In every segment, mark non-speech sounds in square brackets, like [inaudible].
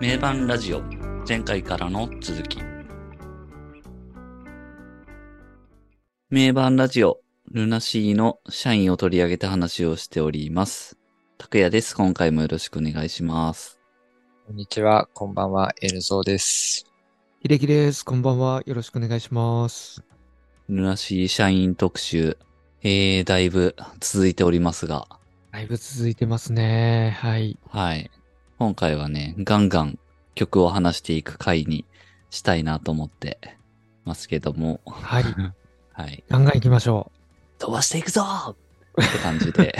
名盤ラジオ前回からの続き名盤ラジオルナシーの社員を取り上げて話をしております拓也です今回もよろしくお願いしますこんにちは、こんばんは、N ゾーです。秀樹です。こんばんは。よろしくお願いします。ルナシー社員特集えー、だいぶ続いておりますがだいぶ続いてますね。はい。はい今回はねガンガン曲を話していく回にしたいなと思ってますけども [laughs] はい。はいガンガン行きましょ飛ばしていくぞーって感じで。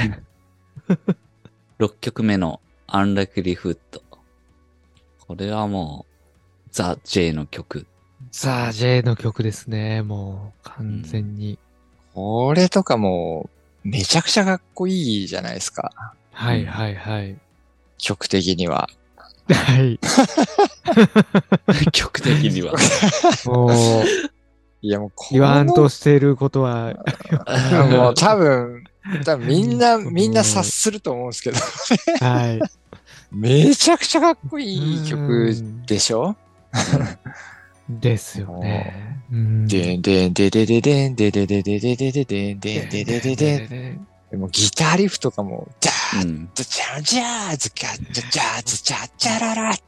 6曲目の Unlikely Foot。これはもう、ザ・ J の曲。う。ザ・ジェイの曲ですね。もう、完全に。これとかもう、めちゃくちゃかっこいいじゃないですか。はいはいはい。曲的には。 [laughs] はい。曲的には。もう、いやもうこ言わんのと、していることは、もう多分、多分みんな、うんみんな察すると思うんですけど、はい。めちゃくちゃかっこいい曲うんでしょですよね。うんでんでんででででんででででででででんでんででででんででもうギターリフとかも、ジャうーッん。とジャージャーズガッジャジャーズジャジャララって。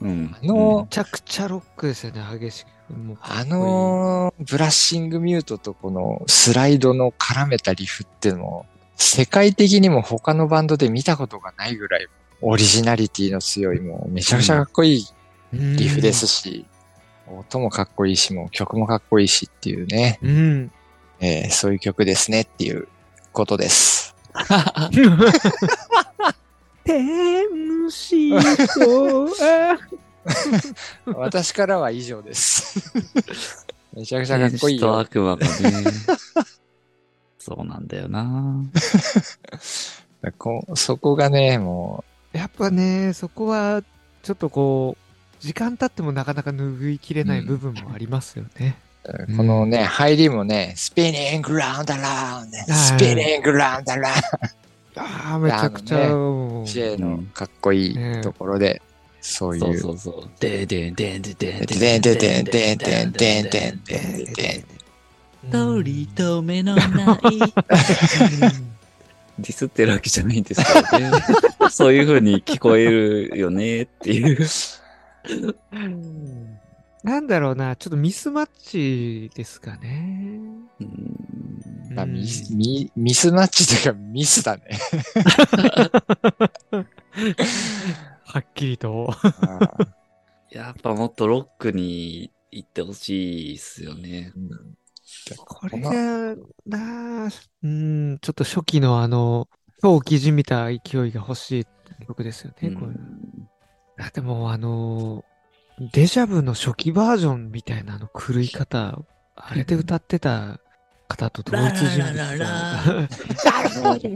うん。あのめちゃくちゃロックですよね。激しく。もうあのーブラッシングミュートとこのスライドの絡めたリフっていうのを世界的にも他のバンドで見たことがないぐらいオリジナリティの強いもうめちゃくちゃかっこいいリフです。し、音もかっこいいし、もう曲もかっこいいしっていうね、うんうん。えーそういう曲ですねっていうことです。天使と、あ私からは以上です。 [laughs] めちゃくちゃか天っこ使いいとよ。悪魔がね。そうなんだよな。こそこがね、もやっぱね、そこは、ちょっとこう、時間経ってもなかなか拭いきれない部分もありますよね。う、このね、入りもね、スピニングラウンドラウンド、スピニングラウンドラウンドああ、めちゃくちゃ、あもう J のかっこいいところで、そういそうう。そうそう。でんでんでんでんでんででんんででんんででんんででんんででんんでんでんででんでんでんんで通り留めのないディスってるわけじゃないんですけど [laughs] ね。そういう風に聞こえるよねっていう。うんなんだろうな、ちょっとミスマッチですかね。うんまあうんミスミミスマッチというかミスだね。 [laughs] はっきりと。やっぱもっとロックに行ってほしいっすよね。これが、なあ、うん、ちょっと初期のあの、超記事みた勢いが欲しい曲ですよね、うんこれ。あでも、あのーデジャブの初期バージョンみたいなあの狂い方、あれで歌ってた方と同一人物ララララだ [laughs]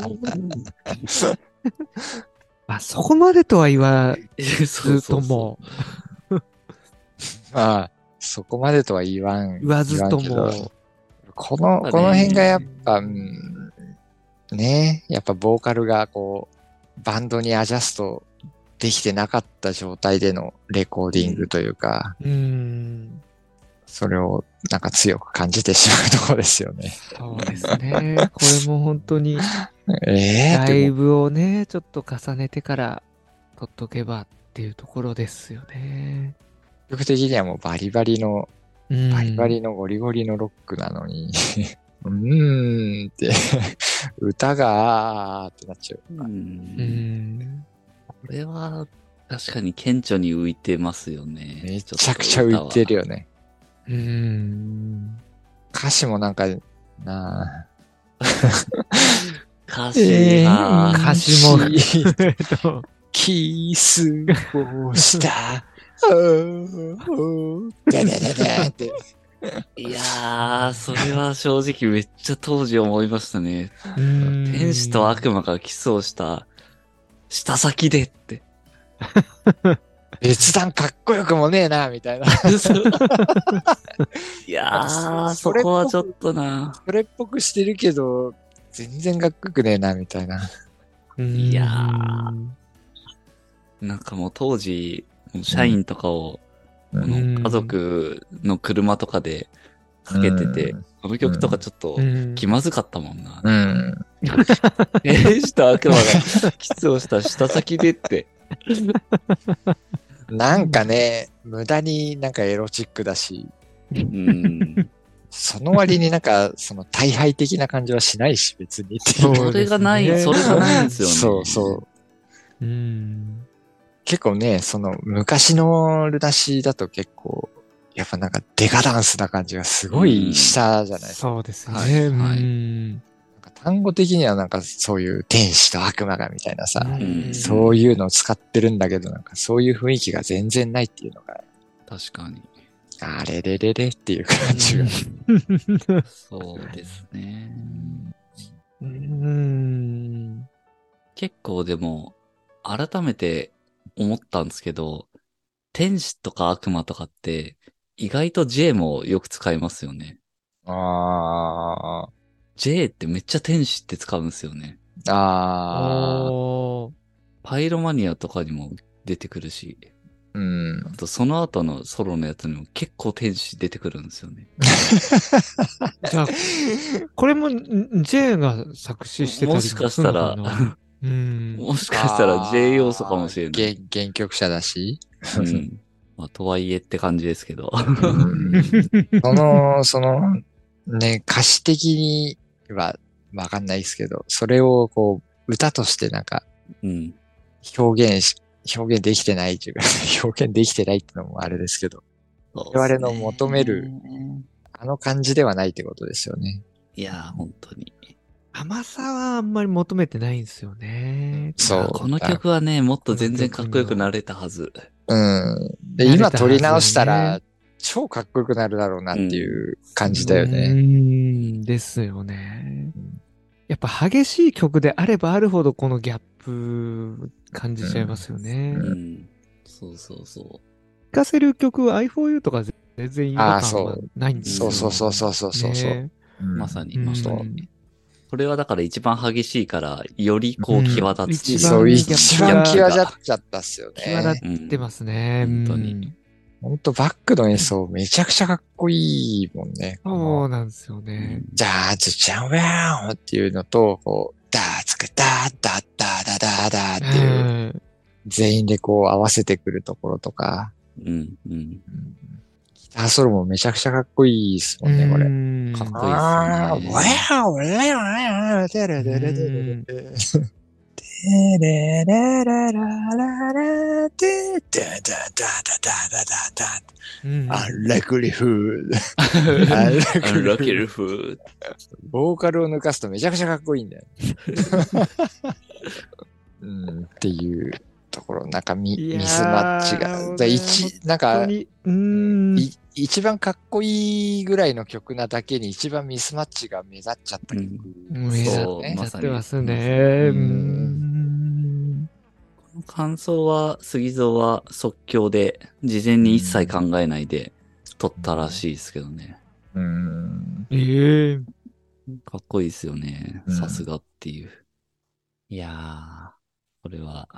まあ、そこまでとは言わそう [laughs] ずそとうそも、まあ、そこまでとは言わん。言わずと言わんけも、どこの、この辺がやっぱ、うんね、やっぱボーカルがこう、バンドにアジャストできてなかった状態でのレコーディングというか、うーん、それをなんか強く感じてしまうところですよね。そうですね。これも本当に、 [laughs] ええライブをね、ちょっと重ねてから撮っとけばっていうところですよね。究極的にはもうバリバリの、うんバリバリのゴリゴリのロックなの [laughs] に、うーんって、歌があーってなっちゃう。う。ううんん。これは確かに顕著に浮いてますよね。めちゃくちゃ浮いてるよね。うん。歌詞もなんか、なちょっと歌は。歌詞が、えー歌詞も歌詞、えっと、あキスをした。 [laughs] うーうーででででって。いやー、それは正直めっちゃ当時思いましたね。天天使と悪魔がキスをした、下先でって。別段かっこよくもねえな、みたいな。いやー、そそれっこはぽくちょっとな。それっぽくしてるけど、全然かっこよくねえな、みたいな。うんいやーなんかもう当時、社員とかを、うんあの家族の車とかでかけてて、この曲とかちょっとうん気まずかったもんな。うん。えーした悪魔がキスをした舌先でって。なんかね、無駄になんかエロチックだし、うん。その割にな [laughs] んか、その大敗的な感じはしないし、別にっていう。そそうですねれがない、それがないんですよね。そうそうう。ん。結構ね、その昔のルナシーだと結構、やっぱなんかデカダンスな感じがすごいしたじゃないですか。そうですね。はいはいうんなんか単語的にはなんかそういう天使と悪魔がみたいなさ、んそういうのを使ってるんだけど、なんかそういう雰囲気が全然ないっていうのが、確かに。あれれれれっていう感じが。そうですね。うん。結構でも、改めて思ったんですけど、天使とか悪魔とかって、意外と J もよく使いますよね。あ J ってめっちゃ天使って使うんですよね。ーあー、おーパイロマニアとかにも出てくるし、うん。あとその後のソロのやつにも結構天使出てくるんですよね。じゃあ、これもん J が作詞してたりもしかしたらするのかな、う [laughs] ん。もしかしたら J 要素かもしれない。い。原原曲者だし。うん。まあ、とはいえって感じですけ [laughs] ど。その、その、ね、歌詞的にはわかんないですけど、それをこう、歌としてなんかうん。表現し、表現できてないというか、 [laughs] 表現できてないってのもあれですけど、我々の求める。あの感じではないってことですよね。いやー、本当に。甘さはあんまり求めてないんですよね。そういやこの曲はね、もっと全然かっこよくなれたはず。うん。で、慣れたはず今だね撮り直したら、超かっこよくなるだろうなっていう感じだようね。ん、ですよね。やっぱ激しい曲であればあるほどこのギャップ感じちゃいますよね。ううんん。そうそうそ聴かせる曲は I4U とか全然違和感はないんですそよ。うそうそうそうそうそうそう。ねう。まさに、うんまさに。これはだから一番激しいから、よりこう際立つっていんう。そう、ね一番際立っちゃったっすよね。際立ってますね。うんうん本当にほんとバックの演奏めちゃくちゃかっこいいもんね。そうなんですよね。じゃあ、ズちゃんウェーンっていうのと、こう、ダーツクダーダッダーダーダーダーっていう、うん全員でこう合わせてくるところとか、うん、うん。ギターソロもめちゃくちゃかっこいいですもんね、こうれ。んかっこいいああ、ウですェーねン、ウェーン、ウェーン、テレテレテレテレ。テレレレラララテダダダダダダダうんアンラクリフード。アアンラクンリフラーキルフボーカルを抜かすとめちゃくちゃかっこいいんだよ、ね。うん、っていうところ、なんかミいやーミスマッチが。だ一な本当んか、にうんい一番かっこいいぐらいの曲なだけに一番ミスマッチが目立っちゃった曲。うんそうねまやさっにてますね。ううんん感想は、杉蔵は即興で、事前に一切考えないで撮ったらしいですけどね。うん。ええかっこいいですよね。うんさすがっていう。いやー、これは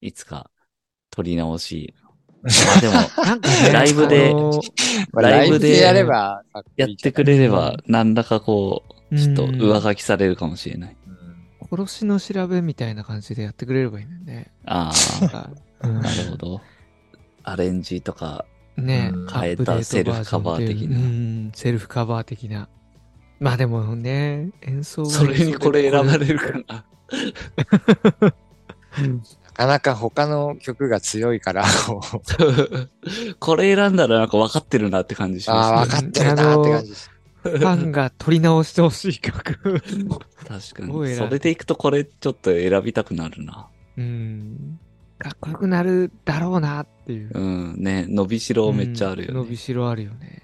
いつか撮り直し。まあでも、なんか [laughs] ライブであのまあライブでやライブでればかっこいいやってくれれば、何らかこう、ちょっと上書きされるかもしれない。うん殺しの調べみたいな感じでやってくれればいいんだよね。あなんー、か [laughs] うんなるほど。アレンジとか、ねうんアップデート変えたセルフカバー的なバジョンっていううんセルフカバー的な。まあでもね、演奏はそれにこれ選ばれるかな。なかなか他の曲が強い [laughs] から、こうこれ選んだらなんか分かってるなって感じしああ、まわすかってるなーって感じ。ファンが取り直してほしい曲。確かどうに。選ぶそれでいくとこれちょっと選びたくなるな。うん。かっこよくなるだろうなっていう。うん、ね、伸びしろめっちゃあるうんよ伸びね。しろあるよね。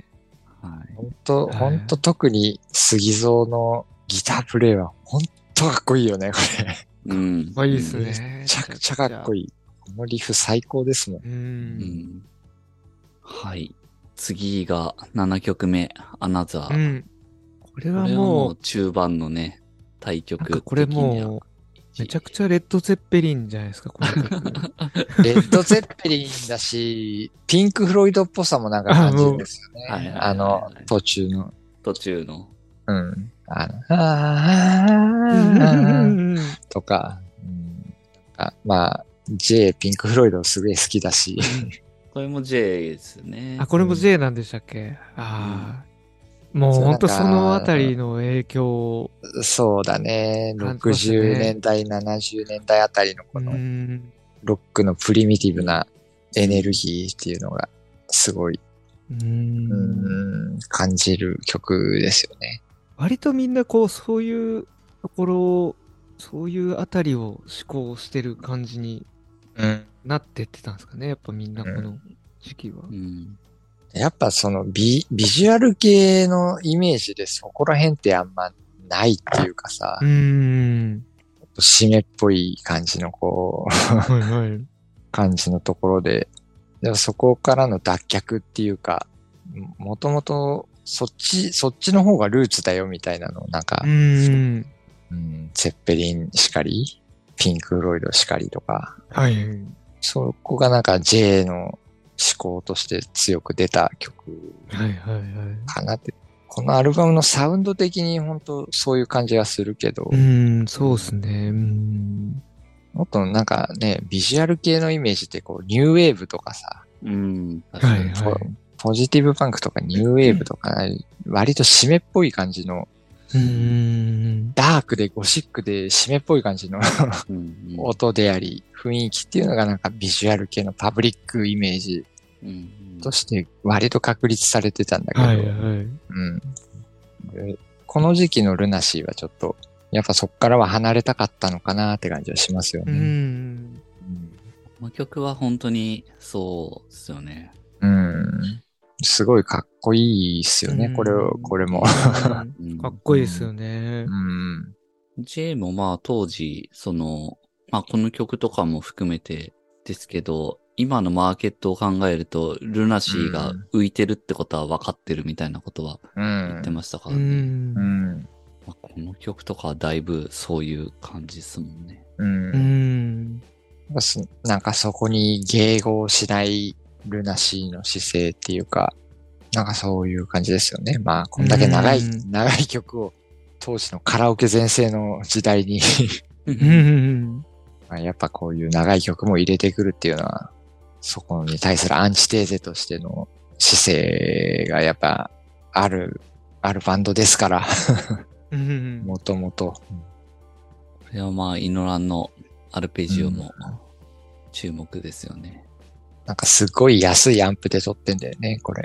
はい本当はい本当特に杉蔵のギタープレイは本当かっこいいよね、これ。 [laughs] うめん。まあいいですうんね。ちゃくちゃかっこいいい。このリフ最高ですもん。い。う。うんんはい。次が7曲目、アナザうー。ん。これこれははもうも中盤のね、対う、なんか局これ的にはもめちゃくちゃレッド・ゼッペリンじゃないですか、この [laughs] 曲。レッド・ゼッペリンだし、ピンク・フロイドっぽさもなんか感じるんですよね。あもうはいはいはいはいあの、途中の。途中の。うん。あの、あーとか、うんなんかまあ、J、ピンク・フロイドすごい好きだし、これも J ですね。あ、これも J なんでしたっけああ。もうほんとそのあたりの影響を。そうだね、感じましたね60年代、70年代あたりのこうのんロックのプリミティブなエネルギーっていうのがすごい、うんうん、感じる曲ですよね。割とみんなこう、そういうところを、そういうあたりを思考してる感じにうん。なってってたんですかね。やっぱみんなこの時期は。うん。やっぱそのビビジュアル系のイメージでそこら辺ってあんまないっていうかさ、うん。締めっぽい感じのこう、 [laughs] はいはい。感じのところで、でもそこからの脱却っていうか、もともとそっち、そっちの方がルーツだよみたいなのをなんか、うん。うん、ゼッペリンしかり、ピンク・フロイドしかりとか、はい。そこがなんか J の思考として強く出た曲はいはいはい。かなって。このアルバムのサウンド的に本当そういう感じがするけどう、ん、そうっすね。うん。もっとなんかね、ビジュアル系のイメージってこうニューウェーブとかさ、うん。はい確かにポポジティブパンクとかニューウェーブとか、割と締めっぽい感じの、うん。ダークでゴシックで締めっぽい感じのうん音であり、雰囲気っていうのがなんかビジュアル系のパブリックイメージうんうんとして割と確立されてたんだけど、はいはい。うん。でこの時期のルナシーはちょっと、やっぱそっからは離れたかったのかなって感じはしますようね。ん。この曲は本当にそうですよね。うん。すごいかっこいいっすよね、うんこれを、これ [laughs] も。かうんっこいいですよねう。ん。 J もまあ当時、その、まあこの曲とかも含めてですけど、今のマーケットを考えると、ルナシーが浮いてるってことは分かってるみたいなことはう言ってん。ましたかうらね。んう。ん。まあこの曲とかはだいぶそういう感じですもんね。うんうん。まあすなんかそこに迎合しないルナシーの姿勢っていうか、なんかそういう感じですよね。まあ、こんだけ長い、うん長い曲を当時のカラオケ全盛の時代に [laughs] うん。まあやっぱこういう長い曲も入れてくるっていうのは、そこに対するアンチテーゼとしての姿勢がやっぱある、あるバンドですから、 [laughs] うん。もともと。これはまあイノランのアルペジオも注目ですよね。 [laughs] なんかすごい安いアンプで撮ってんだよね、これ。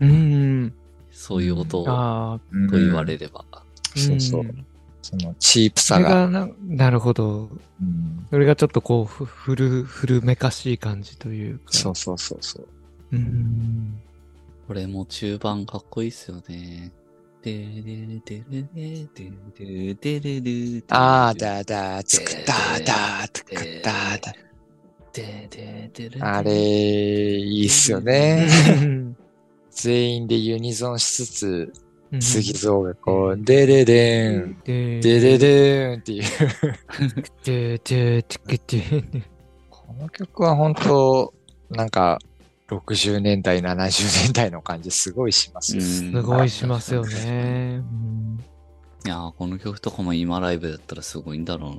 うん。そういう音をとあ言われれば。あ。そうそう。んそのチープそされが。がな、なるほど。うんそれがちょっとこう、ふ古、古めかしい感じというか。そうそうそうそう。うん。これも中盤かっこいいっすよね。でれれでれれでれでれれあーだだ、つくだだ、つくだだ。でれでれあれ、いいっすよね。全員でユニゾンしつつ、次ぞうがこう、でれでーん、ででれでーんっていう。ででチクチこの曲は本当なんか、60年代、70年代の感じすごいしますよね。すすごいしますよ。ね。うんいやーこの曲とかも今ライブだったらすごいんだろ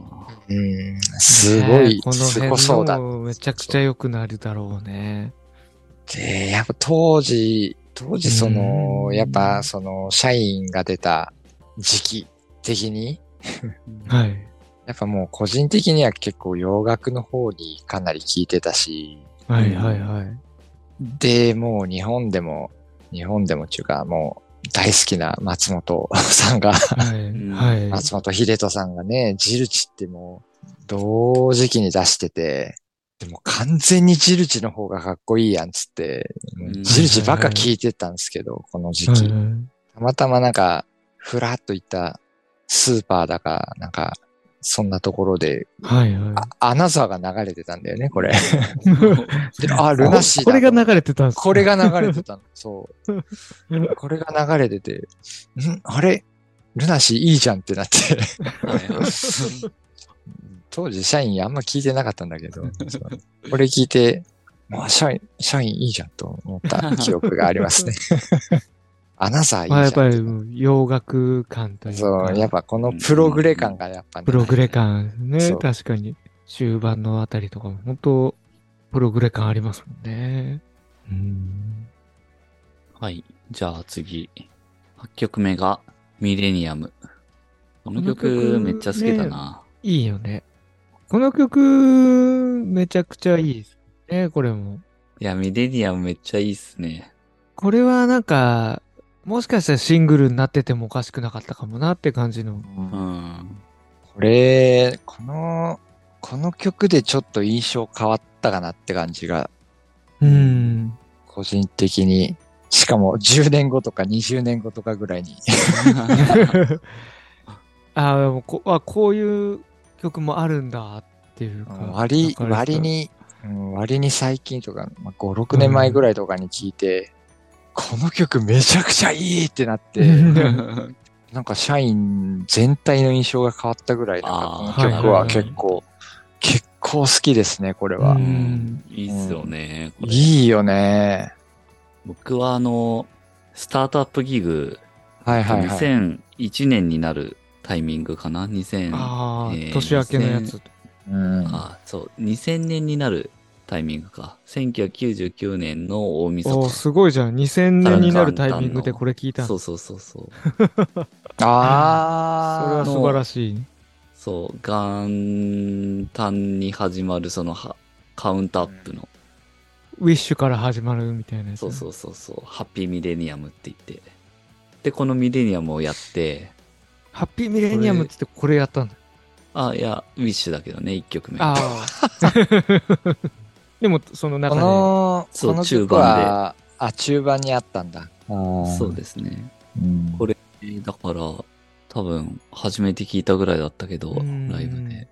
ううん、すごねいえ、こすのご辺そうだの。もめちゃくちゃ良くなるだろうね。で、やっぱ当時、当時そのう、んやっぱその、社員が出た時期的に、な。。はいい。やっぱもう個人的には結構洋楽の方にかなり聴いてたし、はいはいはい。で、もう日本でも、日本でもっていうかもう大好きな松本さんが、はい。はい。松本秀人さんがね、ジルチってもう同時期に出してて、でも完全にジルチの方がかっこいいやんつって、もうジルチばっか聴いてたんですけど、この時期。たまたまなんか、ふらっと行ったスーパーだか、なんか、そんなところで、はいはい。アナザーが流れてたんだよね、これ。で [laughs] あ、ルナシーこだ。れが流れてたんですこれが流れて [laughs] たの。そう。これが流れてて、んあれルナシーいいじゃんってなって。 [laughs] 当時社員あんま聞いてなかったんだけ [laughs] ど、そうこれ聞いて、まあ、社員、社員いいじゃんと思った記憶があり [laughs] ますね。アナザーいいじまあ、ゃんやっってぱりうん洋楽感というか、そう、やっぱこのプログレ感がやっぱねプログレ感ね、そう確かに。終盤のあたりとかも、本当プログレ感ありますもんね。うん。はい。じゃあ次。8曲目が、ミレニアム。この曲この曲めねっちゃ好きだな。いいよね。この曲、めちゃくちゃいいですね、これも。いや、ミレニアムめっちゃいいっすね。これはなんか、もしかしたらシングルになっててもおかしくなかったかもなって感じの。うん。これ、この、この曲でちょっと印象変わったかなって感じが、うん。個人的に。しかも10年後とか20年後とかぐらいに。 [laughs] あでもこあ、こういう曲もあるんだっていうか。 [laughs] 割、わかる割人、に、うん割に最近とか、まあ、5、6年前ぐらいとかに聞いて、この曲めちゃくちゃいいってなって、なんか社員全体の印象が変わったぐらい、なんかこの曲は結構、結構好きですね、これは。ううんんいいっすよね。これいいよね。僕はあの、スタートアップギグ、はいはいはい。 2001年になるタイミングかな ?2000。 [laughs] ああ、えー年明けのやつ。うんあそう、2000年になるタイミングか。1999年の大晦お日ーすごいじゃん。2000年になるタイミングでこれ聞いたのそそうそうそうそう。ああ。れはそ素晴らしい。そう、元旦に始まるそのはカウントアップの、ウィッシュから始まるみたいなやつ。そうそうそうそう、ハッピーミレニアムって言って。で、このミレニアムをやって、ハッピーミレニアムっつってこれやったんだ。あ、いや、ウィッシュだけどね、1曲目。ああ。 [laughs] でも、その中こで。の、そうこの曲は、あ、中盤にあったんだ。そうですね。うんこれ、だから、多分、初めて聞いたぐらいだったけど、うんライブで。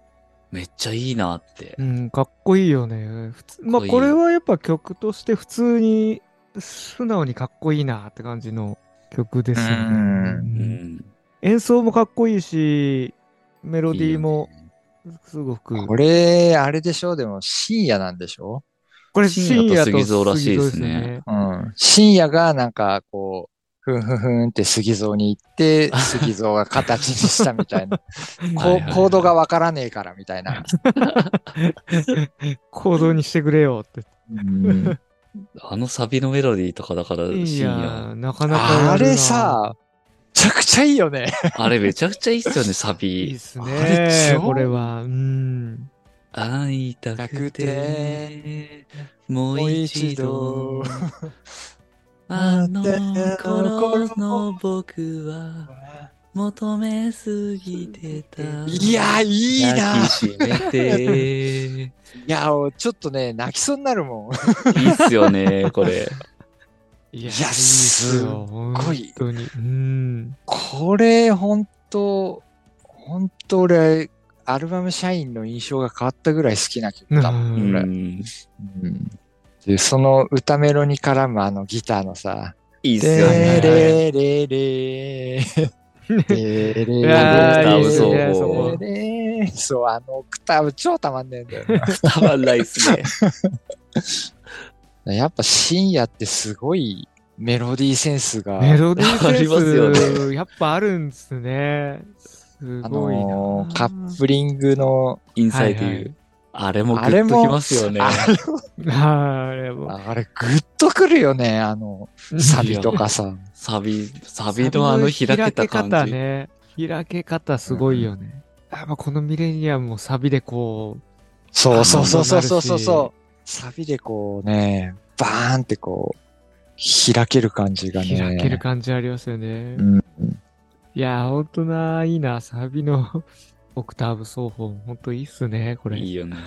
めっちゃいいなってう。ん、かっこいいよね。普通まかっあ、こいいこれはやっぱ曲として普通に素直にかっこいいなって感じの曲ですよね。うんうん。演奏もかっこいいし、メロディーもいいよねすごく。これ、あれでしょでも深夜なんでしょこれ深深夜夜とと杉蔵らしいですね杉蔵よ。うん。深夜がなんかこう、ふんふんふんって杉蔵に [laughs] 行って、杉蔵が形にしたみたいな。はいはこいはういコードがわからねえからみたいな。行動にしてくれよって。 [laughs] うんあのサビのメロディーとかだから、い深や夜。、なかなかやるなあれ、さ、めちゃくちゃいいよね。あれめちゃくちゃいいっすよ [laughs] ね、サいいビっ。すあれね超。これは。うん。会いたくて、もう一度。あの頃の僕は求めすぎてた。いや、いいな。抱きしめて。いや、ちょっとね、泣きそうになるもん。いいっすよ [laughs] ね、これ。いやいいっすよ。っごい本当に。うん。これ、本当本当俺、アルバム社員の印象が変わったぐらい好きな曲だもん、ううん俺ん。うんで、その歌メロに絡むあのギターのさ、いいっすでよれね。れれれー、でれれれいやーれいいっすねれれそこれーそう、あのオクターブ超たまんねえんだよたまんないっす [laughs] ね。な。やっぱ深夜ってすごいメロディーセンスが、メロディーセンスありますよやっぱあるんですね。すあごいな。のーカップリングの、インサイドはいはいうい。あれもグあれッとも、きますよね。あれあーあれも。あれ、ぐっとくるよね、あの、サビとかさ。サビ、サビのあの開けた感開け方じ。ね。開け方すごいよね。やっぱこのミレニアムもサビでこそうそうそうそうそうそうそう。サビでこうね、バーンってこう、開ける感じう、がね。開ける感じありますよね。うんいやー、ほんとな、いいな、サビのオクターブ奏法、ほんといいっすね、これ。いいよね。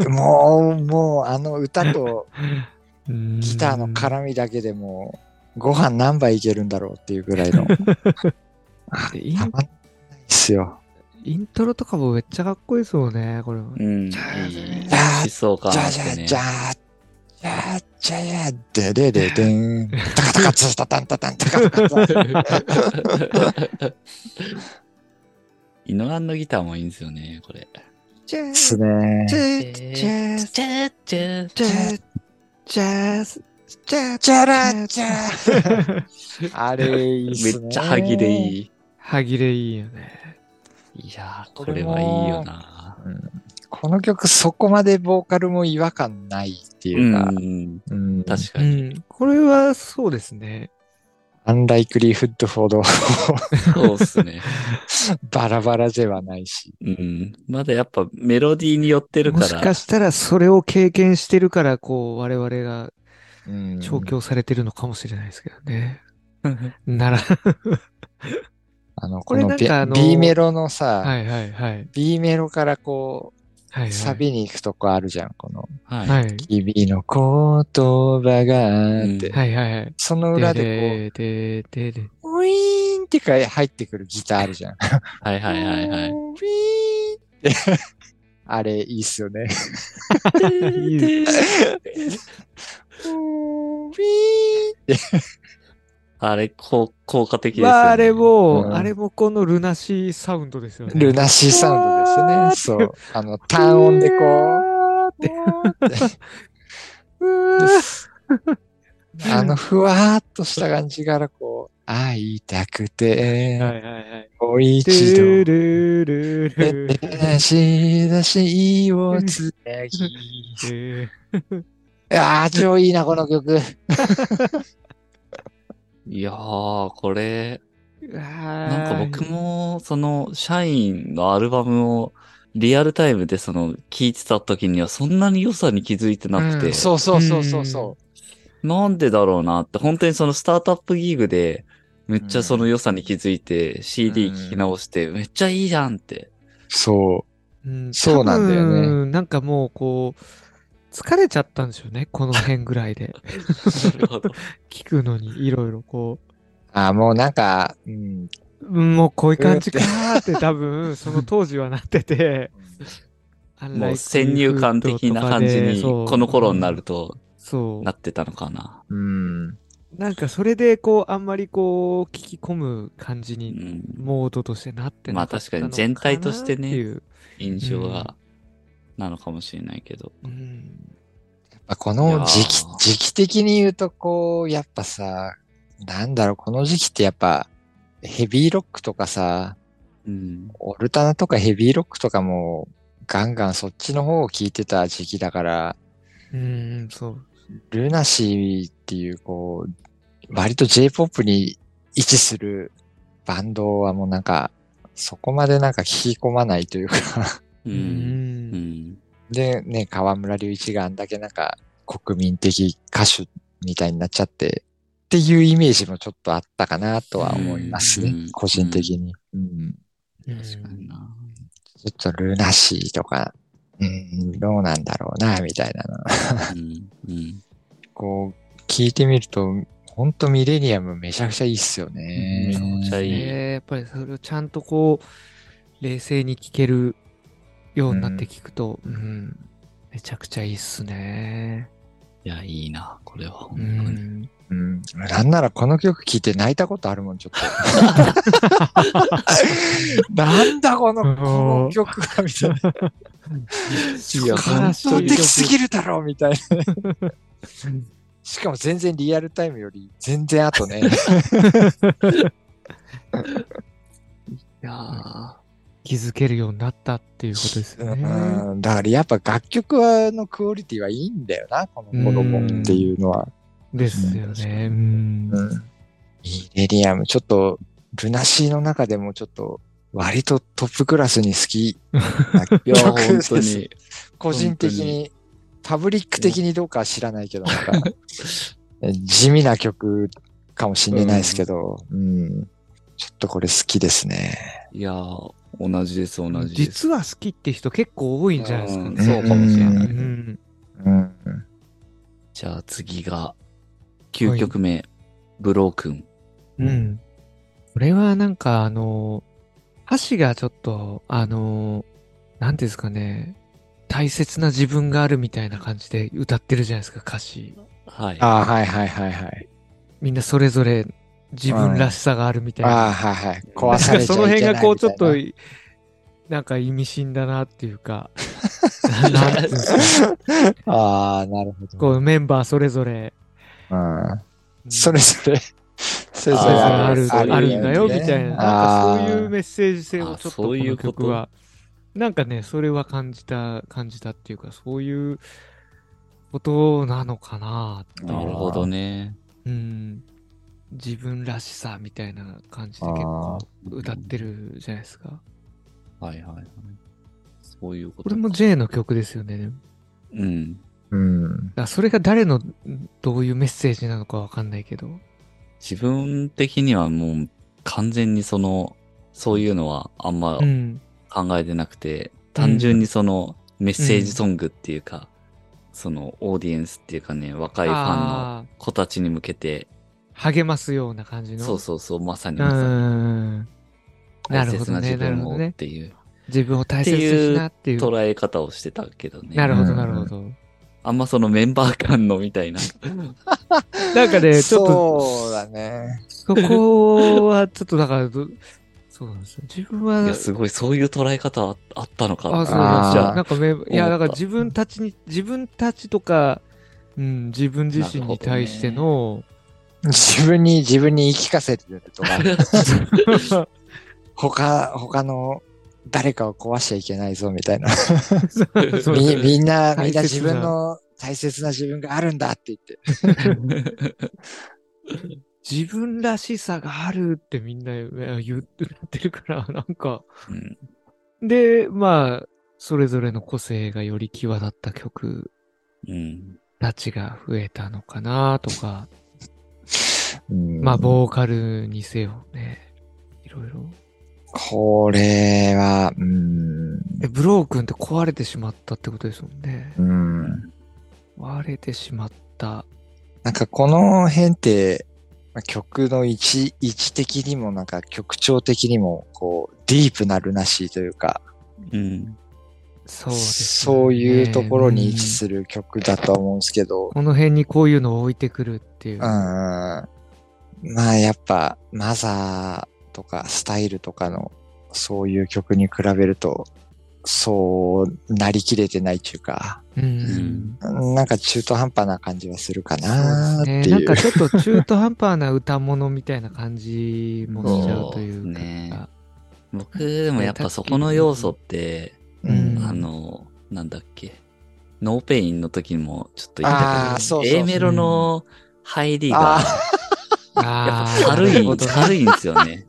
いもう、もう、あの歌とギギターの絡みだけでもう、ご飯何杯いけるんだろうっていうぐらいの。あでインたまんないっすよ。イントロとかもめっちゃかっこいいですもんね、これは。うん。いいじゃあ疾じゃ走あ感じあゃっじてゃねじ。ゃじゃじゃや、ででででん。タカタカツータタンタタンタカタカツー。 [laughs] イノランのギターもいいんですよね、これ。ジャですズ、ねジ。チャズ、ジャェズ、チェチェジャズ、ジャズ、ジャズ、チャラチャあれ、いいっめすね。っちゃ歯切れいい。い。 [laughs] 歯切れいいよね。いやー、ここれれもはいいよな。この曲、そこまでボーカルも違和感ないってういうか、ん、うん、確かうに。ん。これはそうですね。アンライクリーフッドフォードそうっすね。 [laughs] バラバラではないし。うん。まだやっぱメロディーに寄ってるかもら。しかしたらそれを経験してるから、こう、我々がうん調教されてるのかもしれないですけどね。な [laughs] ら、あの、ここれのなんビかあの B メロのさ、はいはいはい。 B メロからこ、はいうサビに行くとこあるじゃん、この、はい。はい。はい君の言葉がうんって、はいはいはい。その裏でこででででう、ウィーンってか入ってくるギターあるじゃん。はいはいはいはい。ウィーンって。 [laughs] あれ、いいっすよね。 [laughs] いいで [laughs] ウィーンあれ、こう効果的ですよ、ね。まあ、あれも、うんあれもこのルナシーサウンドですよね。ルナシーサウンドですね。そう。あの、単音でこう、うわあの、ふわーっとした感じからこう、会いたくて、はいはいはい。もう一度。ルルルルル出し出しをつな [laughs] ぎ。ああ、超いいな、この曲。いやー、これ、ななんか僕、も、その、社員のアルバムを、リアルタイムでその、聴いてた時には、そんなに良さに気づいてなくて、うんそうそうそうそうそなんでだろうなって、本当にその、スタートアップギーグで、めっちゃその良さに気づいて、CD 聴き直して、めっちゃいいじゃんっ [laughs] て。う。そうんそうなんだよね多分なんかもうこう、疲れちゃったんでしょうね、この辺ぐらいで。なるほど。聞くのに、いろいろこう。ああ、もうなんか、うん。う、うんもうこういう感じかーって多分、その当時はなってて、もう先入観的な感じに、この頃になるととかで。そう。なってたのかな。うん。なんかそれでこう、あんまりこう、聞き込む感じうに、ん、モードとしてなってなかったのまあ確かに全体としてねかなっていう印象が、なのかもしれないけど。うん。まあこいやーの時期、時期的に言うと、こう、やっぱさ、なんだろう、この時期ってやっぱ、ヘビーロックとかさ、うん。オルタナとかヘビーロックとかも、ガンガンそっちの方を聞いてた時期だから、うん、そう。ルナシーっていう、こう、割と J-POP に位置するバンドはもうなんか、そこまでなんか引き込まないというかう。うん。うんん。で、ね、河村隆一があんだけなんか国民的歌手みたいになっちゃって、っていうイメージもちょっとあったかなとは思いますね。うん個人的に、うん。確かにな。ちょっとルナシーとか、うん、どうなんだろうな、みたいなのうん。うん。こう、聞いてみると、ほんとミレニアムめちゃくちゃいいっすよね。うんめちゃくちゃいいねえやっぱりそれをちゃんとこう、冷静に聞けるようになって聞くと、うん。めちゃくちゃいいっすね。いや、いいな、これは。本当うに。ん。うん。なんならこの曲聴いて泣いたことあるもん、ち [laughs] ょっと。なんだこの、この曲は、みたいな。いや、感動本当に的すぎるだろ、みたいな。しかも全然リアルタイムより全然後ね。いやー気づけるようになったっていうことですよね。うんだからやっぱ楽曲はのクオリティはいいんだよな、この頃もっていうのは。ですよね。うん。うんミレニアム、ちょっと、ルナシーの中でもちょっと、割とトップクラスに好きな曲い [laughs] や、本です当に。個人的に、パブリック的にどうかは知らないけど、 [laughs] なんか地味な曲かもしれないですけど、うんちょっとこれ好きですね。いやー同じです、同じです。実は好きって人結構多いんじゃないですかうねん。そうかもしれなうい。ん。うん、じゃあ次が、9曲目、ブロークン。うん。これはなんかあの、箸がちょっと、あの、なんていうんですかね、大切な自分があるみたいな感じで歌ってるじゃないですか、歌詞。はい。ああ、はいはいはいはい。みんなそれぞれ自分らしさがあるみたいああ、な。はいはい。なん壊さかれちゃいそけのないみたいな。辺がこうちょっと、なんか意味深だなっていう [laughs] か、いなやんていうんですかああ、なるほど。こうメンバーそれぞれ、うん。うんそれぞれ、そそれぞれぞれれああるそういうあるんだよみねたいな、なんあーかそういうメッセージ性をちょっとあーそこういうのこと曲は、なんかね、それは感じた、感じたっていうか、そういうことなのかなっていうなるほどね。うん、自分らしさみたいな感じで結構歌ってるじゃないですか。はいはいはい。そういうこことれか。も J の曲ですよね。だかうん。うん。らそれが誰のどういうメッセージなのかわかんないけど。自分的にはもう完全にその、そういうのはあんまうん。考えてなくて、単純にそのメッセージソングっていうか、そのオーディエンスっていうかね、若いファンのあー子たちに向けて、励ますような感じの。そうそうそう、まさにうまさにん。な大る切ほどなね。自な分るほどをっね。ていう自分を大切にしなっていう。捉え方をしてたけどね。なるほうど、んなるほど。あんまそのメンバー間のみたいな。なんかね、ちょっと、そうだね。そこはちょっとだからど、そうなんですよ。自分はいや、すごい、そういう捉え方ああったのか。あ、そうあーじじゃゃあ、あなんかめ、いや、思っただから自分たちに、自分たちとか、うん、自分自身に対しての、自分に、自分に言い聞かせてる [laughs] とか、他、他の誰かを壊しちゃいけないぞみたいな。そうみみんな、みんな大自切な分の大切な自分があるんだって言って。 [laughs] 自分らしさがあるってみんなえ言って言ってるから、なんか、うんで、まあ、それぞれの個性がより際立った曲うん。たちが増えたのかなとか、うんまあ、ボーカルにせよね、いろいろ。これは、うん、え、ブロー君って壊れてしまったってことですもんね。うん。割れてしまった。なんかこの辺って、まあ曲の位置、位置的にもなんか曲調的にも、こう、ディープなルナシーというか、うん。そうです、そういうところに位置る。する曲だとは思うんですけど、この辺にこういうのを置いてくるっていう。うん、まあやっぱ、マザーとかスタイルとかの、そういう曲に比べると、そうなりきれてないというか、うんんなんか中途半端な感じはするかそなうっでてすね。いなんかう。ちょっと中途半端な歌物みたいな感じもしちゃうというか。そうね僕でもやっぱそこの要素って、ううんんあの、なんだっけ、ノーペインの時にもちょっと言あったあ、そうけそど、うそう A メロの入りがあ、やあっーぱ [laughs] 軽、ないるほどね軽いんですよね。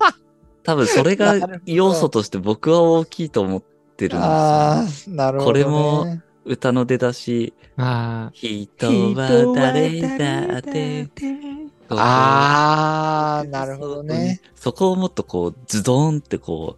多分それが要素として僕は大きいと思ってるんですよあ。あ、なるほど、ね。これも歌の出だし、あ人ーは誰だって。。あー、なるほどね。そこをもっとこう、ズドンってこ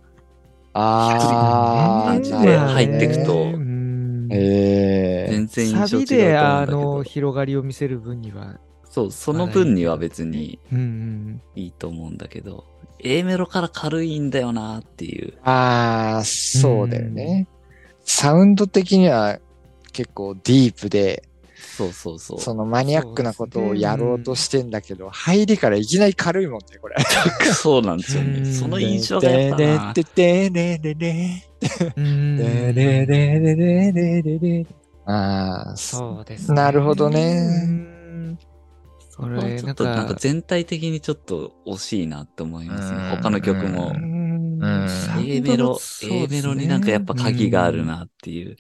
あ感ー、じなでるほどね入っていくとうんう、えー全然印象違サうと思うんだビけで、ど。あの、広がりを見せる分には、そう、その分には別にうんうん。いいと思うんだけど、A メロから軽いんだよなっていう。あー、そうだよね。サウンド的には結構ディープで、そうそうそう。そのマニアックなことをやろうとしてんだけど、入りからいきなり軽いもんね、これ。そうなんですようね。んその印象がやっぱな。ででででででうんでででででででであー、そうです、なるほどねうん。そまあれ、ちょなんっとなんかか、全体的にちょっと惜しいなって思いますね。うん他の曲もう。んうんサウンドの A メロ、そうですね A メロになんかやっぱ鍵があるなっていう。うん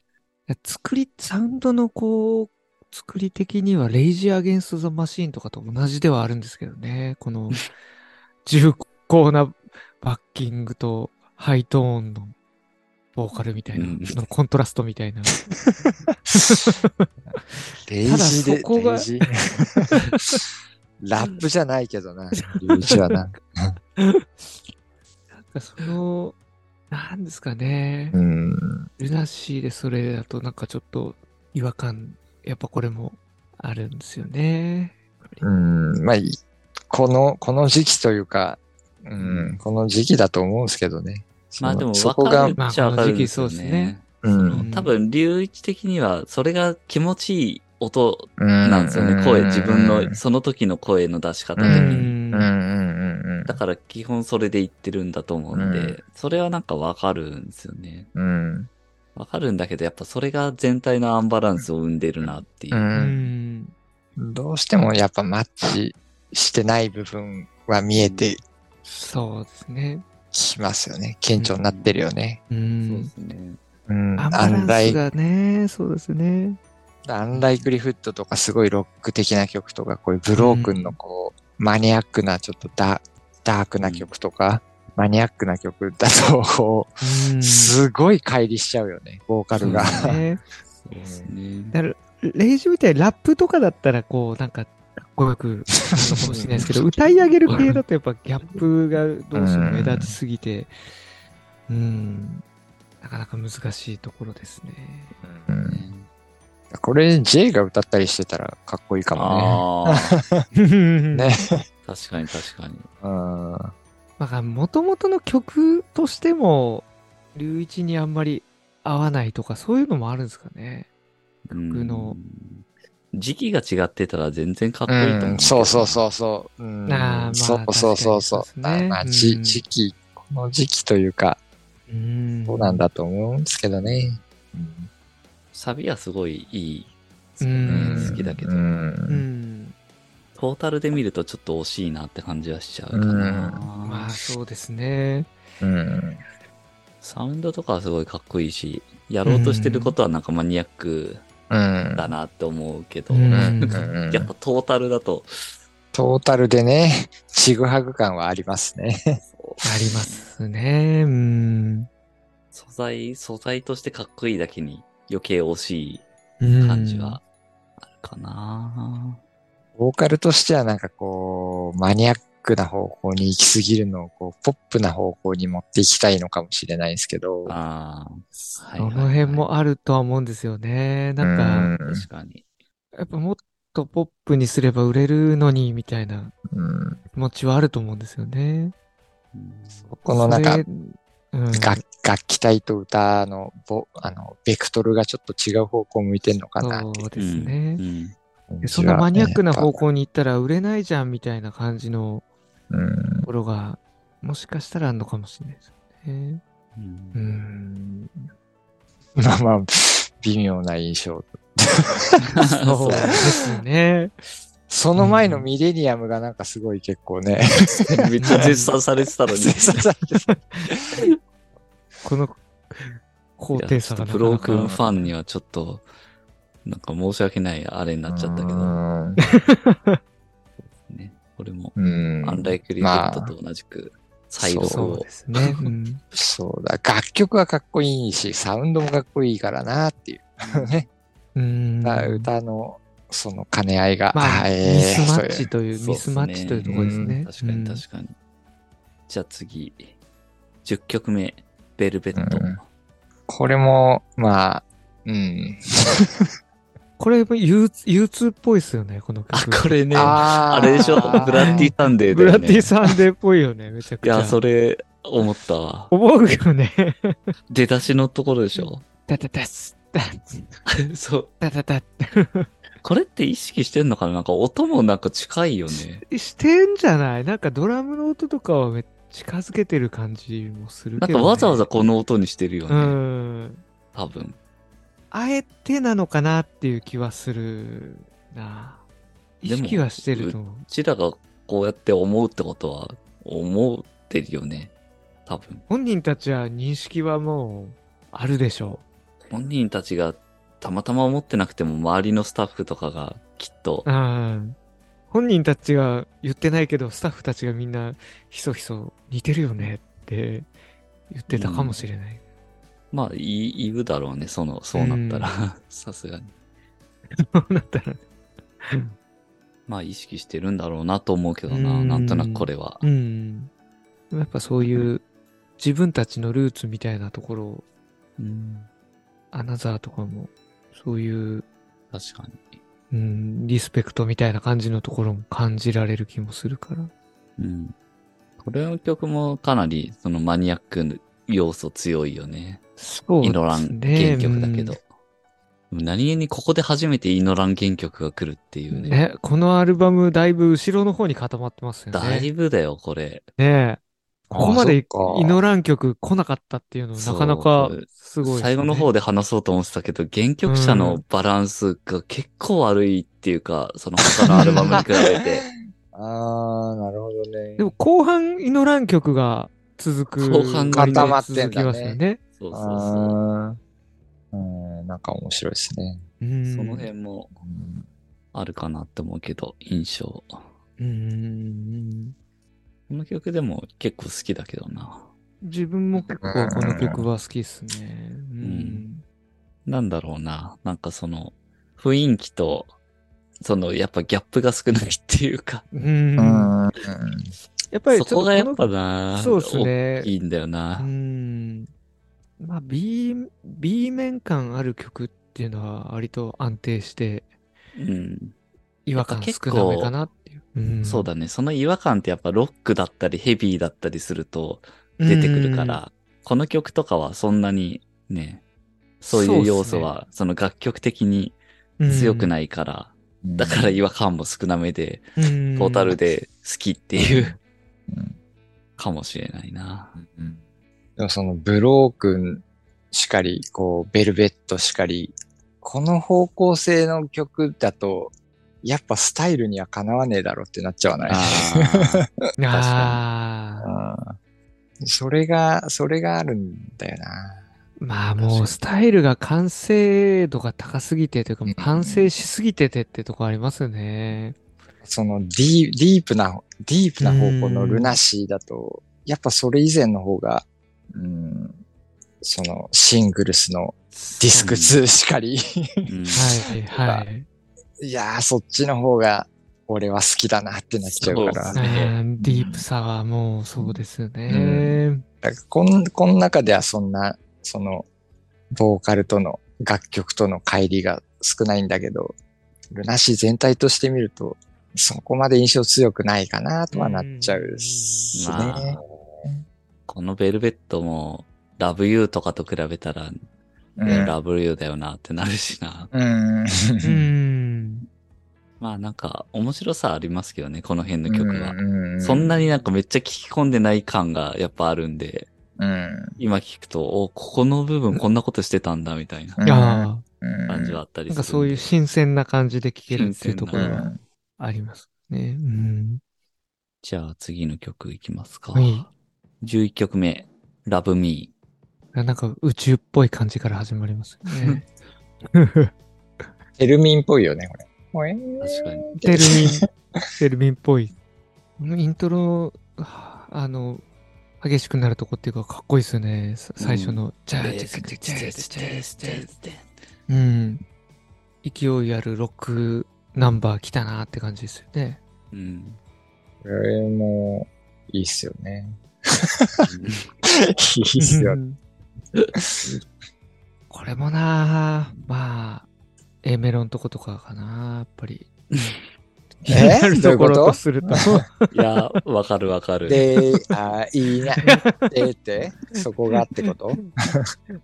作り、サウンドのこう、作り的には、レイジー・アゲンスト・ザ・マシーンとかと同じではあるんですけどね。[laughs] この、重厚なバッキングと、ハイトーンの、ボーカルみたいな、うんのコントラストみたいな。レイジーで、ただそこがレイジーラップじゃないけどな、リうちはな。なんかその、なんですかね。うん。ルナシーでそれだとなんかちょっと違和感、やっぱこれもあるんですよね。うん。まあ、いこの、この時期というか、うん、この時期だと思うんですけどね。そのまあでもそ分こがかる、っちゃ分かるんですよまあこの時期そうですねね。うそん。の多分、隆一的にはそれが気持ちいい音ななんですよね。声、自分のその時の声の出し方うで。んうんうんうんだから基本それで言ってるんだと思うんで、うんそれはなんかわかるんですよね。うん。うん。わかるんだけど、やっぱそれが全体のアンバランスを生んでるなっていうう。うん。どうしてもやっぱマッチしてない部分は見えてそうですね。きますよね。顕著になってるよね。うそうでん。すね。うん。アアンバランランスイ、がね、そうですね。アンライクリフットとかすごいロック的な曲とか、こういうブロークンのこう、マニアックなちょっとダダークな曲とか、マニアックな曲だと、こうんう、すごい乖離しちゃうよね、ボーカルが。そうね。そうですね。だから、レイジみたいにラップとかだったら、こう、なんか、かっこよく、あのかもしれないですけど、歌い上げる系だとやっぱギャップがどうしても目立ちすぎて、うん、なかなか難しいところですね。 [laughs] うんこれ J が歌ったりしてたらかっこいいかもああ、ね。ね。確かに確かに。うん。まあ、もともとの曲としても、龍一にあんまり合わないとか、そういうのもあるんですかね。僕の。時期が違ってたら全然かっこいいと思うけど、うん、そうそうそうそう。うん、あーまあそうそうそうそ確う。かにそうですねまあ、うんじ時期、この時期というか、うん。そうなんだと思うんですけどね。うんサビはすごいいいですうよね。ん好きだけどう。。うんん。トータルで見るとちょっと惜しいなって感じはしちゃうかな。まあ、そうですね。うん。サウンドとかはすごいかっこいいし、やろうとしてることはなんかマニアックうん。だなって思うけど、うんうんやっぱトータルだと、トータルでね、ちぐはぐ感はありますね。ありますね。うん。素材、素材としてかっこいいだけに余計惜しうんい感じはあるかな、ボーカルとしてはなんかこう、マニアックな方向に行き過ぎるのを、こう、ポップな方向に持っていきたいのかもしれないですけど。ああ、はいそはいはいの辺もあるとは思うんですよね。なんか、うん確かに。やっぱもっとポップにすれば売れるのに、みたいなうん。気持ちはあると思うんですよね。うんこのなんかそれ、うん、楽楽器体と歌のぼあのベクトルがちょっと違う方向向いてんのかなっそていううですねう。ん感でじそはのマニアックな方やっ向に行ったら売れないじゃんみたいな感じのぱうんところが、もしかしたらあるのかもしれないですよね。ううんん。まあまあ、微妙な印象。そうですね。その前のミレニアムがなんかすごい結構ね、 [laughs] めっちゃ絶賛されてたのに。絶賛されてたこの高低差がなかブロなークかンファンにはちょっと、なんか申し訳ないあれになっちゃったけど、うんね。これも、うんアンライクリフットと同じく、細部そそうをで。すね。うん。そうだ、楽曲はかっこいいし、サウンドもかっこいいからなっていうね、うん。だ歌のその兼ね合いが、まあ、ーミスマそッういうチという、そうミっすスねマッチというところですね。確かにうん確かに。じゃあ次、10曲目、ベルベット。うんこれも、まあ、うん。これも U2 っぽいですよね、この曲。あ、これね、ああーれでしょブラッディサンデーだよね。ブラッディサンデーっぽいよね、めちゃくいちゃ。や、それ、思ったわ。思うよね。出だしのところでしょ [laughs] タタタス、タそう。タタタこれって意識してんのかななんか音もなんか近いよね。してんじゃないなんかドラムの音とかはめ近づけてる感じもするなけんど、かね。わざわざこの音にしてるようね。ん。多分。あえてなのかなっていう気はするな。意でも識はしてると思う。うちらがこうやって思うってことは、思ってるよね。多分。本人たちは認識はもうあるでしょ本人たちがたまたま思ってなくても、周りのスタッフとかがきっとう。、うん。本人たちは言ってないけど、スタッフたちがみんなひそひそ似てるよねって言ってたかもしれない。まあ、言い言うだろうね。その、そうなったら。 [laughs] さすがに。そうなったら。まあ、意識してるんだろうなと思うけどな。うんなんとなくこれはう。ん。やっぱそういう自分たちのルーツみたいなところを、うんアナザーとかも、そういう、確かに。うん、リスペクトみたいな感じのところも感じられる気もするから。うん。これの曲もかなり、そのマニアック要素強いよね。そうですね。イノラン原曲だけどうん。何気にここで初めてイノラン原曲が来るっていうね。ね、このアルバムだいぶ後ろの方に固まってますよだね。いぶだよ、これ。ねえここまでイノらラン曲来なかったっていうのはなかなかすごいですね。最後の方で話そうと思ってたけど、原曲者のバランスが結構悪いっていうか、その他のアルバムに比べ [laughs] て。あー、なるほどね。でも後半イノラン曲が続く。後半が固まってんだ続ねきますよね。そうそうそう。あーうん、なんか面白いですね。うんその辺もうんあるかなって思うけど、印象。こうん。の曲でも結構好きだけどな。自分も結構この曲は好きっすね。うん。なんだろうな。なんかその、雰囲気と、その、やっぱギャップが少ないっていうか、うん。うんうんやっぱりちそょっとこがやっこぱなの、、そうですね大。きいんだような。ん。まあ、B、B 面感ある曲っていうのは割と安定してうん。違和感少なめかなっていう。うんそうだね。その違和感ってやっぱロックだったりヘビーだったりすると出てくるか。ら、この曲とかはそんなにね、そういう要素はその楽曲的に強くい。ないから、うんだから違和感も少なめで、トトーータル。で好きっていううんかもしれないな。でもそのブロークンしかり、こう、ベルベットしかり、この方向性の曲だと、やっぱスタイルにはかなわねえだろってなっちゃわないあああ。うんそれが、それがあるんだよな。まあもうスタイルが完成度が高すぎてというかうん、完成しすぎててってとこありますよね。そのディーディープな、ディープな方向のルナシーだと、やっぱそれ以前の方が、うん、そのシングルスの [laughs] ディスク2しかり、ーうんはいはいはい。 [laughs] いやー、そっちの方が俺は好きだなってなっちゃうかそらうう。ねんディープさはもうそうですよね。だからこん、この中ではそんな、その、ボーカルとの、楽曲との乖離が少ないんだけど、ルナシー全体として見ると、そこまで印象強くないかなとはなっちゃうっすまねあ。、このベルベットも、ラブユーとかと比べたら、うんラブユーだよなってなるしな。うん。うん。まあなんか、面白さありますけどね、この辺の曲は。はそんなに。になんかめっちゃ聞き込んでない感がやっぱあるんで、うん。今聞くと、お、ここの部分こんなことしてたんだみたいなああ。うん感じはあったりなするで。んかそういう新鮮な感じで聴けるっていうとこうろ新鮮がん。ありますね。うん。じゃあ次の曲いきますか。はい11曲目、ラブミーなんか宇宙っぽい感じから始まりますよね。テルミンっぽいよね、これ。ほえー確かに。テルミン、テルミンっぽい。このイントロ、はああの、激しくなるとこっていうかかっこいいですよね。さ最初の、ジャージャージャージャージャージャージャーうん。勢いあるロックナンバー来たなって感じですよね。うん。 [laughs] [laughs] これも、いいっすよ [laughs] ね。いいっすよね。これもなあまあ、A メロのとことかかなやっぱり。えなるどうというこことろとすると。いや、わかるわかる。で、あ、いいな、でって、そこがっ [laughs] てこと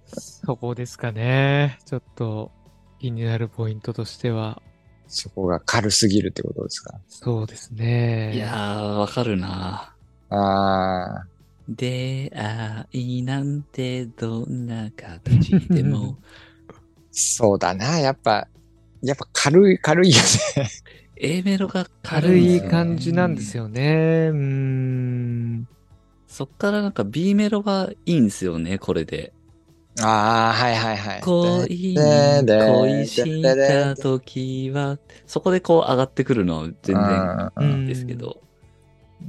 そこですかね。ちょっと気になるポイントとしては、そこが軽すぎるってことですかそうですね。いやー、わかるな。ああ、出会いなんてどんな形で [laughs] も。そうだな。やっぱ、やっぱ軽い、軽いよね。 [laughs] A メロが軽軽いい感じなんですよ。よね。うーん。そっからなんか B メロがいいんですよね、これで。ああ、はいはいはい。恋にでで恋した時は、そこでこう上がってくるのは全然然うんですけど、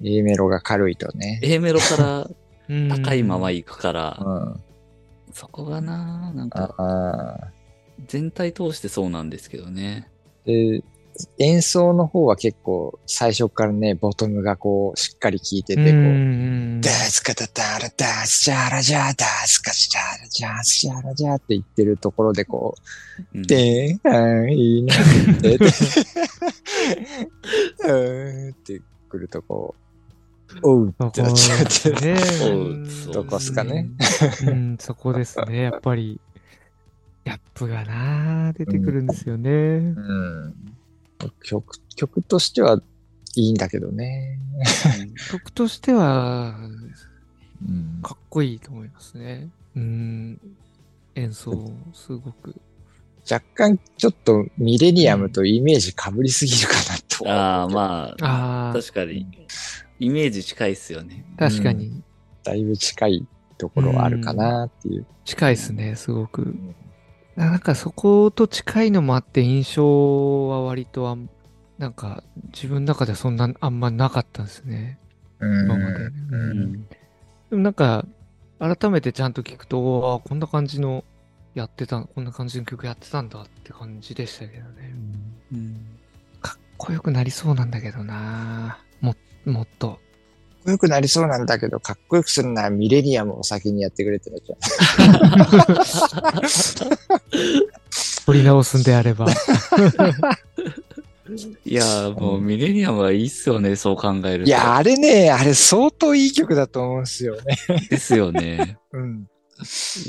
E メロが軽いとね。 A メロからうん高いまま行くからう、ん。そこがな、なんあかあ。全体通してそうなんですけどね。で、演奏の方は結構最初からね、ボトムがこう、しっかり効いてて、こう、うんダースカタタラダースジャラジャーダースカジャラジャースジャラジャーって言ってるところでこう、うんでーん、いい [laughs] なって、でうーんってくるとこう、おうそってこなっちゃでってすね。そううんそうどこっすかね。うん、そこですね。やっぱり、ギャップがな出てくるんですよね。うん。曲、曲としてはいいんだけどね。曲としては、うんかっこいいと思いますね。うん。演奏、すごく。若干ちょっとミレニアムとイメージ被りすぎるかなとは思うけど。ああ、まあ、ああ、確かに。イメージ近いっすよね。確かに。だいぶ近いところはあるかなっていう。近いですね、すごく。んなんかそこと近いのもあって印象は割とあんなんか自分の中ではそんなあんまなかったんですね。うん今まで。ううんん。でもなんか改めてちゃんと聞くと、おーあこんな感じのやってた、こんな感じの曲やってたんだって感じでしたけどね。うんかっこよくなりそうなんだけどなも、もっと。かっこよくなりそうなんだけど、かっこよくするならミレニアムを先にやってくれってなっちゃう。取り直すんであれば。いやー、もうミレニアムはいいっすよね、そう考えると。いや、あれね、あれ相当いい曲だと思うんですよね。ですよね。うん。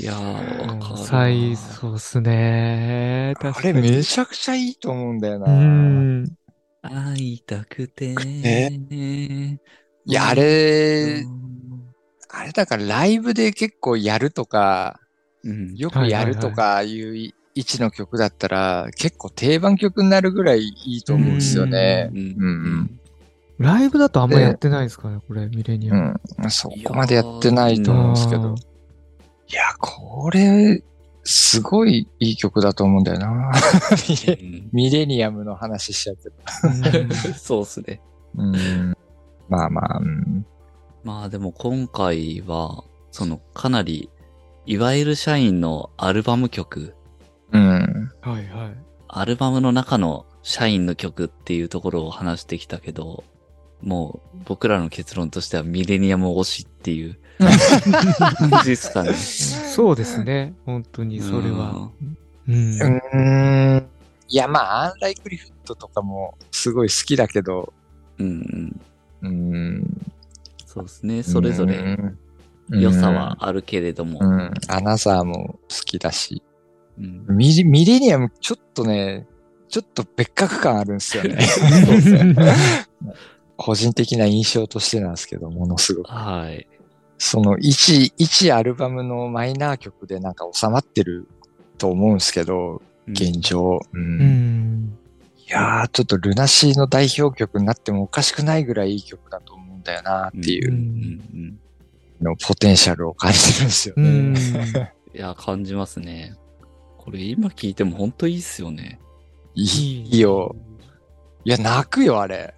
いやー、わかるな。最、そうっすね。あ確かれに。めちゃくちゃいいと思うんだような。ん。会いたくて。いや、あれ、あれだからライブで結構やるとか、うん。よくやるとかいう位置の曲だったら、結構定番曲になるぐらいいいと思うんですよねう。んうんライブだとあんまやってないですかね、これ、ミレニアうム。ん。そこまでやってないと思うんですけど。いや、これ、すごいいい曲だと思うんだよな。ミレうんミレニアムの話しちゃってる。うそうっすね。うん。まあまあ、うん。まあでも今回は、そのかなり、いわゆる社員のアルバム曲、うん。んはいはい。アルバムの中の社員の曲っていうところを話してきたけど、もう僕らの結論としてはミレニアム推しっていう [laughs] 感じですかね。そうですね、本当にそれは。うん。 [laughs] うん。いや、まあ、アンライクリフットとかもすごい好きだけど、うんうん。うん。そうですね。それぞれうん良さはあるけれども。うん。うんアナザーも好きだし。うんミレミレニアム、ちょっとね、ちょっと別格感あるんですよね。個人的な印象としてなんですけど、ものすごく。はい。その1、1アルバムのマイナー曲でなんか収まってると思うんですけど、うん現状。ううんん。。いやー、ちょっとルナシーの代表曲になってもおかしくないぐらいいい曲だと思うんだよなっていううんんのポテンシャルを感じるんですようね。うんん。いや、感じますね。これ今聞いても本当いいっすよね。いいよ。。いや、泣くよ、あ [laughs] れ。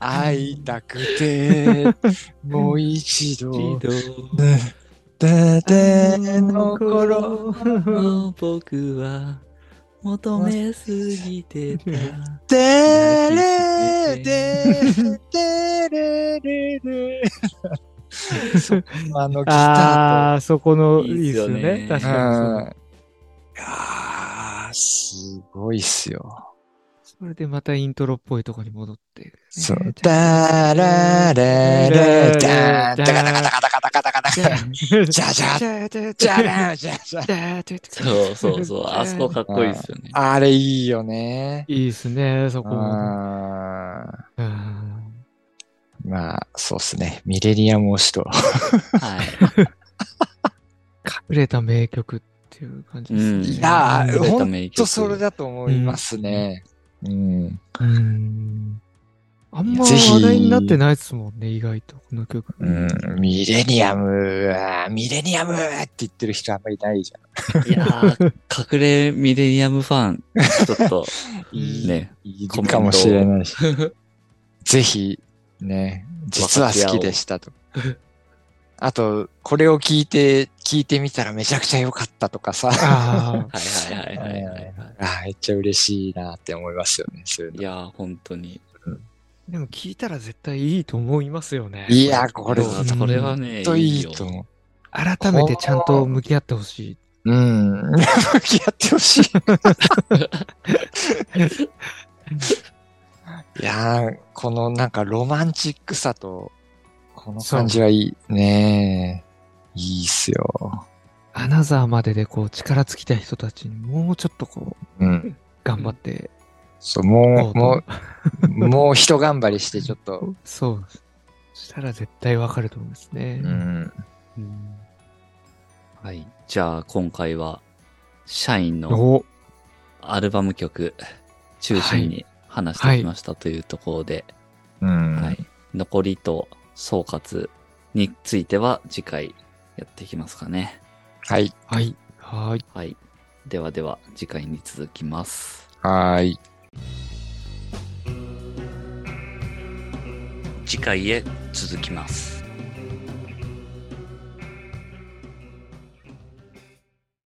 会いたくて、もう一度。だだの頃。の僕は求めすぎてた。でれででれれれ。 [laughs] そこのあのギ [laughs] あタあ、そこの、いいいいっっすすよよねね。確ーと。かうん。いやー、すごいっすよ。にそう。それでまたイントロっぽいとこに戻ってね。そう。 [laughs] だららら、だーん、だかだかだかだかだかだかだじゃか。じゃじゃ、ゃじゃじゃらん、じゃじゃ。そうそうそう。 [laughs] あそこかっこいいっすよね。あれいいよね。いいっすね、そこも。あうーんまあ、そうっすね。ミレニアム推しと。はい。隠れた名曲っていう感じですね。うんいやー、ほほんんとそれだと思いますね。うんうんあんまぜひ話題になってないですもんね、意外と、この曲。うん、ミレニアム、あーミレニアムって言ってる人あんまりいないじゃいやー、隠れミレニアムファン、ちょっ [laughs] とん。いいね、いコるメントかもしれないし。ぜひ、ね、実は好きでしたと。あと、これを聞いて、聞いてみたらめちゃくちゃ良かったとかさ。あはいはいはいはいはいは [laughs] あーめっちゃ嬉しいなって思いますよね、そういうい。のいやー、本当に。でも聞いたら絶対いいと思いますよね。いや、これ、いやほーこれはね、んといいよと思う。改めてちゃんと向き合ってほしい。うん。向き合ってほ [laughs] しい。いやー、このなんかロマンチックさと、この感じはいい。ねえ。いいっすよ。アナザーまででこう力尽きた人たちにもうちょっとこううん。頑張ってそう、もこう、ともう、もう一頑張りしてちょっと、そう。そしたら絶対わかると思うんですね。うん。うんはい。じゃあ、今回は、社員のおアルバム曲中心に話してきましたというところで、うん。はい残りと総括については次回やっていきますかね。はい。はい。はい。はい。ではでは次回に続きます。はーい。次回へ続きます。